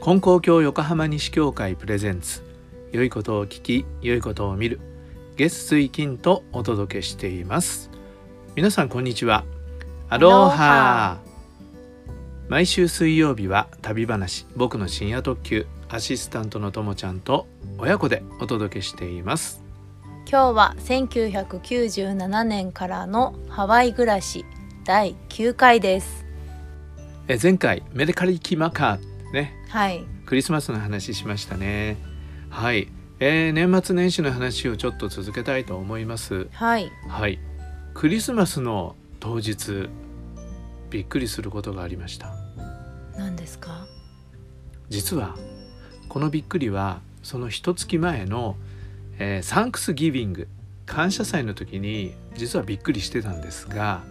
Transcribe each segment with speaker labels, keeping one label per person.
Speaker 1: 金光教横浜西教会プレゼンツ良いことを聞き良いことを見る月水金とお届けしています皆さんこんにちはアロ
Speaker 2: ロ
Speaker 1: ーハ
Speaker 2: ハ
Speaker 1: 毎週水曜日は旅話僕の深夜特急アシスタントのともちゃんと親子でお届けしています
Speaker 2: 今日は1997年からのハワイ暮らし第9回です
Speaker 1: え前回メデカリキマカね
Speaker 2: はい
Speaker 1: クリスマスの話しましたねはい、えー年末年始の話をちょっと続けたいと思います
Speaker 2: はい
Speaker 1: はいクリスマスの当日びっくりすることがありました
Speaker 2: 何ですか
Speaker 1: 実はこのびっくりはその一月前の、えーサンクスギビング感謝祭の時に実はびっくりしてたんですが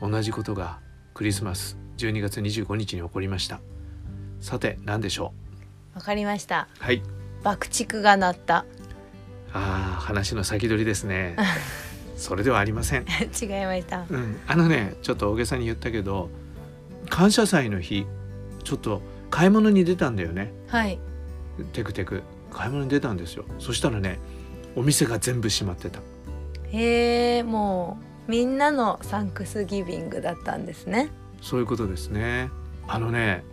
Speaker 1: 同じことがクリスマス12月25日に起こりましたさて何でしょ
Speaker 2: わかりました
Speaker 1: うはい
Speaker 2: 爆竹が鳴った
Speaker 1: あー話の先取りです ねそれではありません、
Speaker 2: 違いました
Speaker 1: うん、あのねちょっと大げさに言ったけど感謝祭の日ちょっと買い物に出たんだよね
Speaker 2: はい
Speaker 1: テクテク買い物に出たんですよそしたらねお店が全部閉まってた
Speaker 2: へえもうみんなのサンクスギビングだったんですね
Speaker 1: そういうことですねあのね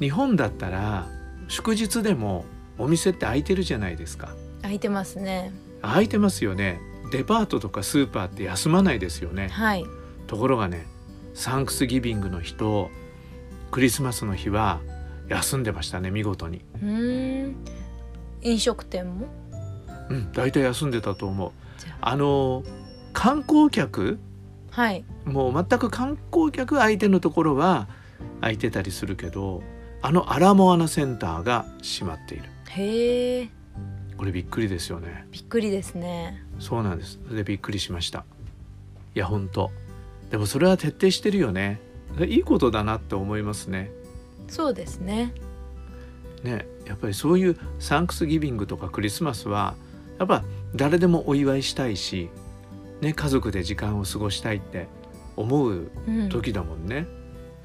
Speaker 1: 日本だったら祝日でもお店って開いてるじゃないですか
Speaker 2: 開いてますね
Speaker 1: 開いてますよねデパートとかスーパーって休まないですよね
Speaker 2: はい
Speaker 1: ところがねサンクスギビングの日とクリスマスの日は休んでましたね見事に
Speaker 2: うーん飲食店も
Speaker 1: うん大体休んでたと思う
Speaker 2: じゃあ
Speaker 1: あの観光客
Speaker 2: はい
Speaker 1: もう全く観光客相手のところは空いてたりするけどあのアラモアナセンターが閉まっている
Speaker 2: へえ
Speaker 1: これびっくりですよね
Speaker 2: びっくりですね
Speaker 1: そうなんですでびっくりしましたいやほんとでもそれは徹底してるよねいいことだなって思いますね
Speaker 2: そうですね
Speaker 1: ねやっぱりそういうサンクスギビングとかクリスマスはやっぱ誰でもお祝いしたいし、ね、家族で時間を過ごしたいって思う
Speaker 2: うん
Speaker 1: 時だもんね。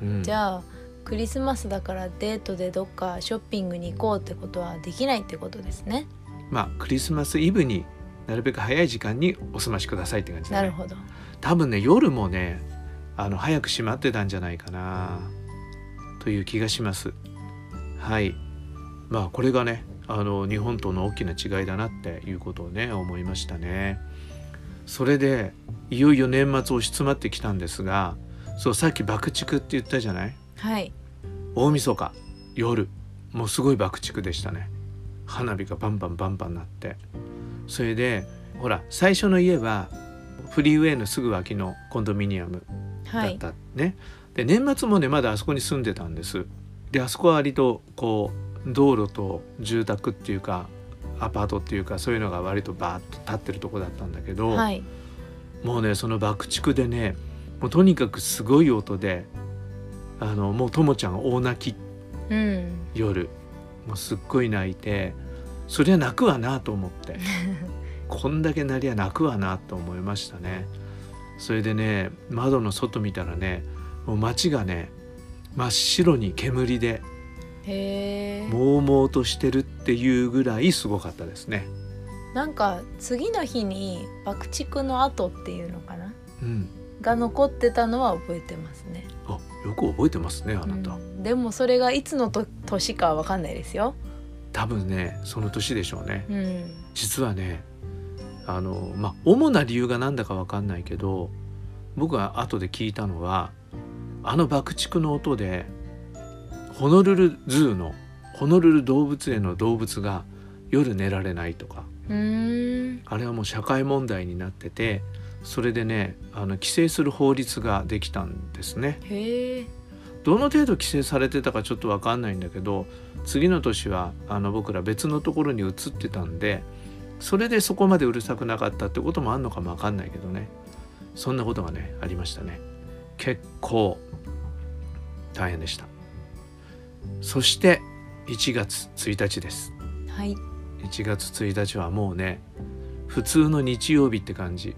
Speaker 1: うん
Speaker 2: じゃあクリスマスだからデートでどっかショッピングに行こうってことはできないってことですね。
Speaker 1: まあクリスマスイブになるべく早い時間にお済ましくださいって感じだ
Speaker 2: な
Speaker 1: ね
Speaker 2: るほど。
Speaker 1: 多分ね夜もねあの早く閉まってたんじゃないかなという気がしますはいまあこれがねあの日本との大きな違いだなっていうことをね思いましたねそれでいよいよ年末押し詰まってきたんですがそうさっき爆竹って言ったじゃない
Speaker 2: はい。
Speaker 1: 大晦日夜もうすごい爆竹でしたね花火がバンバンバンバンなってそれでほら最初の家はフリーウェイのすぐ脇のコンドミニアムだ
Speaker 2: は
Speaker 1: っ
Speaker 2: い。
Speaker 1: た、ねで年末もねまだあそこに住んでたんですであそこは割とこう道路と住宅っていうかアパートっていうかそういうのが割とバーッと立ってるとこだったんだけど、
Speaker 2: はい。
Speaker 1: もうねその爆竹でねもうとにかくすごい音であのもうともちゃん大泣き
Speaker 2: うん。
Speaker 1: 夜もうすっごい泣いてそりゃ泣くわなと思って こんだけなりゃ泣くわなと思いましたねそれでね窓の外見たらねもう街がね真っ白に煙で
Speaker 2: へえ。
Speaker 1: 朦々としてるっていうぐらいすごかったですね
Speaker 2: なんか次の日に爆竹の跡っていうのかな
Speaker 1: うん
Speaker 2: が残ってたのは覚えてますね。
Speaker 1: あよく覚えてますねあなた、
Speaker 2: うんでもそれがいつのと年かわかんないですよ。
Speaker 1: 多分ねその年でしょうね
Speaker 2: うん。
Speaker 1: 実はねあのまあ主な理由が何だか分かんないけど僕が後で聞いたのはあの爆竹の音でホノルルズーのホノルル動物園の動物が夜寝られないとか
Speaker 2: うーん。
Speaker 1: あれはもう社会問題になっててそれでねあの規制する法律ができたんですね。
Speaker 2: へえ。
Speaker 1: どの程度規制されてたかちょっと分かんないんだけど次の年はあの僕ら別のところに移ってたんでそれでそこまでうるさくなかったってこともあんのかも分かんないけどねそんなことがねありましたね結構大変でしたそして1月1日です
Speaker 2: はい。
Speaker 1: 1月1日はもうね普通の日曜日って感じ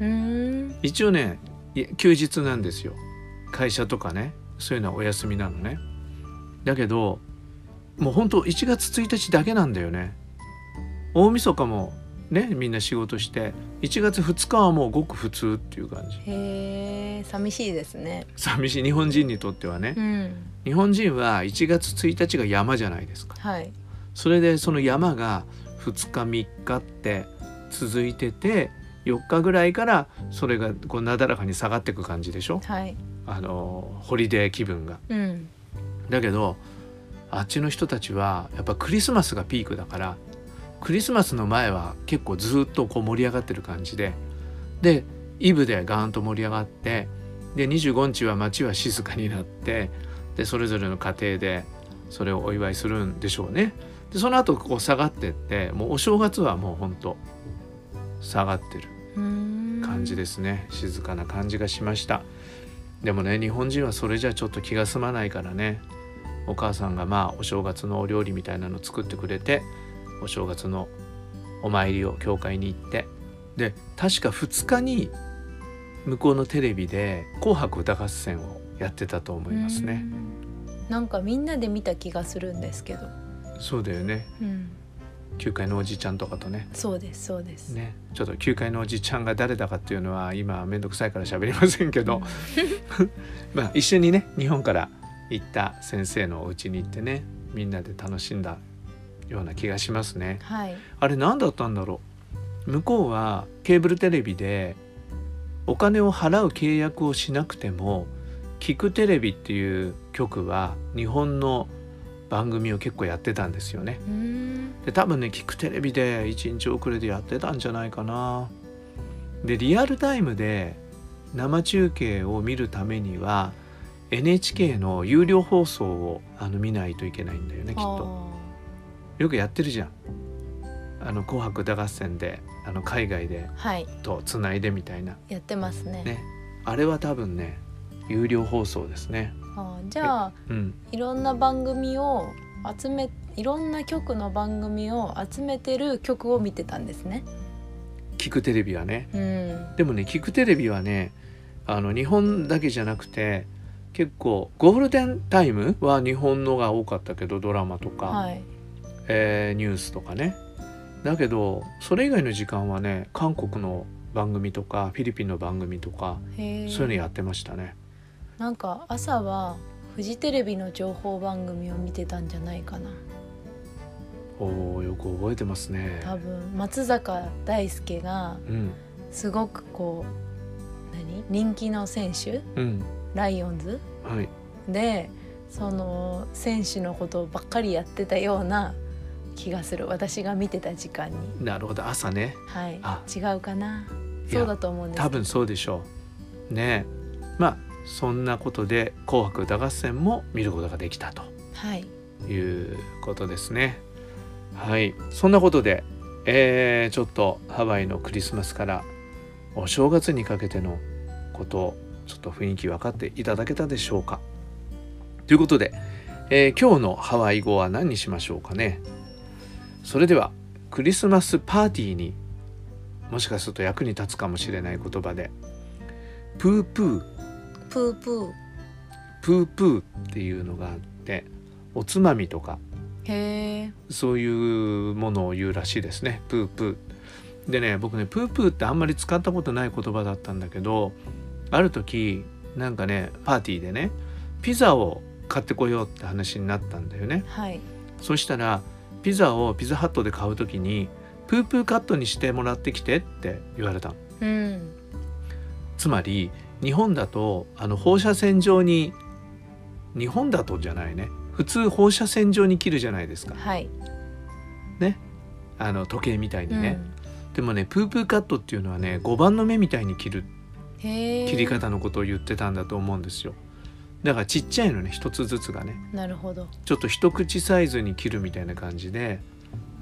Speaker 2: うーん。
Speaker 1: 一応ねいや休日なんですよ会社とかねそういうのはお休みなのねだけどもう本当1月1日だけなんだよね大晦日もねみんな仕事して1月2日はもうごく普通っていう感じ
Speaker 2: へえ寂しいですね
Speaker 1: 寂しい日本人にとってはね、
Speaker 2: うん
Speaker 1: 日本人は1月1日が山じゃないですか
Speaker 2: はい
Speaker 1: それでその山が2日3日って続いてて4日ぐらいからそれがこうなだらかに下がっていく感じでしょ
Speaker 2: はい
Speaker 1: あのホリデー気分が。
Speaker 2: うん
Speaker 1: だけどあっちの人たちはやっぱクリスマスがピークだからクリスマスの前は結構ずっとこう盛り上がってる感じででイブでガーンと盛り上がってで25日は街は静かになってでそれぞれの家庭でそれをお祝いするんでしょうね。でその後こう下がってってもうお正月はもうほんと下がってる
Speaker 2: うーん
Speaker 1: 感じですね静かな感じがしましたでもね日本人はそれじゃちょっと気が済まないからねお母さんがまあお正月のお料理みたいなの作ってくれてお正月のお参りを教会に行ってで確か2日に向こうのテレビで「紅白歌合戦」をやってたと思いますね
Speaker 2: うんなんかみんなで見た気がするんですけど
Speaker 1: そうだよね
Speaker 2: うん
Speaker 1: 球界のおじちゃんとかとね
Speaker 2: そうですそうです、
Speaker 1: ねちょっと球界のおじちゃんが誰だかっていうのは今めんどくさいから喋りませんけど、まあ、一緒にね日本から行った先生のお家に行ってねみんなで楽しんだような気がしますね。
Speaker 2: はい
Speaker 1: あれ何だったんだろう向こうはケーブルテレビでお金を払う契約をしなくても「聞くテレビ」っていう局は日本の番組を結構やってたんですよね。
Speaker 2: うーん
Speaker 1: で多分ね聞くテレビで1日遅れでやってたんじゃないかな。でリアルタイムで生中継を見るためには NHK の有料放送をあの見ないといけないんだよねきっと。よくやってるじゃん。あの紅白歌合戦であの海外で
Speaker 2: あーはい
Speaker 1: とつないでみたいな
Speaker 2: やってますね
Speaker 1: ねあれは多分ね有料放送ですね。
Speaker 2: あーじゃあ
Speaker 1: うん、
Speaker 2: いろんな番組を集めいろんな局の番組を集めてる曲を見てたんですね
Speaker 1: 聞くテレビはね。
Speaker 2: うん
Speaker 1: でもね聞くテレビはねあの日本だけじゃなくて結構ゴールデンタイムは日本のが多かったけどドラマとか、
Speaker 2: はい
Speaker 1: えーニュースとかねだけどそれ以外の時間はね韓国の番組とかフィリピンの番組とか
Speaker 2: へえ
Speaker 1: そういうのやってましたね。
Speaker 2: なんか朝はフジテレビの情報番組を見てたんじゃないかな
Speaker 1: おおよく覚えてますね。
Speaker 2: 多分松坂大輔が
Speaker 1: うん
Speaker 2: すごくこう何人気の選手
Speaker 1: うん
Speaker 2: ライオンズ
Speaker 1: はい
Speaker 2: でその選手のことばっかりやってたような気がする私が見てた時間に
Speaker 1: なるほど朝ね
Speaker 2: はい
Speaker 1: あ
Speaker 2: 違うかない
Speaker 1: や
Speaker 2: そうだと思うんです
Speaker 1: 多分そうでしょう。ねえまあそんなことで「紅白歌合戦」も見ることができたと。
Speaker 2: はい
Speaker 1: いうことですね。はい、そんなことで、えーちょっとハワイのクリスマスからお正月にかけてのことをちょっと雰囲気分かっていただけたでしょうか。ということで、えー今日のハワイ語は何にしましょうかね。それではクリスマスパーティーにもしかすると役に立つかもしれない言葉でプープー
Speaker 2: プープ
Speaker 1: プープーっていうのがあっておつまみとか
Speaker 2: ーへえ
Speaker 1: そういうものを言うらしいですねプープーでね僕ねプープーってあんまり使ったことない言葉だったんだけどある時なんかねパーティーでねピザを買ってこようって話になったんだよね
Speaker 2: はい
Speaker 1: そしたらピザをピザハットで買う時にプープーカットにしてもらってきてって言われたの
Speaker 2: うん
Speaker 1: つまり日本だとあの放射線状に日本だとじゃないね普通放射線状に切るじゃないですか
Speaker 2: はい、
Speaker 1: あの時計みたいに
Speaker 2: うん
Speaker 1: ね、でもねプープーカットっていうのはね5番の目みたいに切る
Speaker 2: へえ
Speaker 1: 切り方のことを言ってたんだと思うんですよだからちっちゃいのね一つずつがね
Speaker 2: なるほど
Speaker 1: ちょっと一口サイズに切るみたいな感じで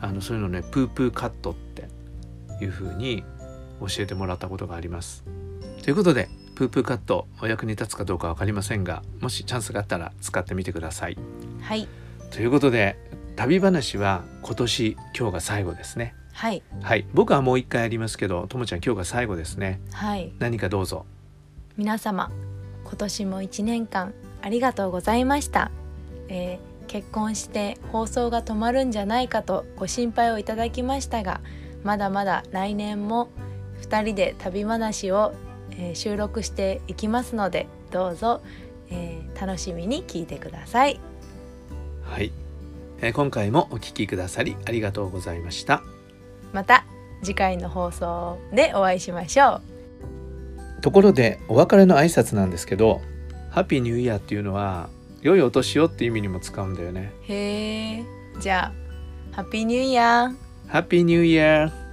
Speaker 1: あのそういうのねプープーカットっていう風に教えてもらったことがありますということでプープーカットお役に立つかどうか分かりませんがもしチャンスがあったら使ってみてください
Speaker 2: はい
Speaker 1: ということで旅話は今年今日が最後ですね
Speaker 2: はい
Speaker 1: はい僕はもう一回やりますけどともちゃん今日が最後ですね
Speaker 2: はい
Speaker 1: 何かどうぞ
Speaker 2: 皆様今年も一年間ありがとうございました、えー結婚して放送が止まるんじゃないかとご心配をいただきましたがまだまだ来年も2人で旅話を、えー収録していきますのでどうぞ、えー楽しみに聞いてください。
Speaker 1: はい、えー今回もお聞きくださりありがとうございました
Speaker 2: また次回の放送でお会いしましょう。
Speaker 1: ところでお別れの挨拶なんですけどハッピーニューイヤーっていうのは良いお年をって意味にも使うんだよね
Speaker 2: へえじゃあハッピーニューイヤー
Speaker 1: ハッピーニューイヤー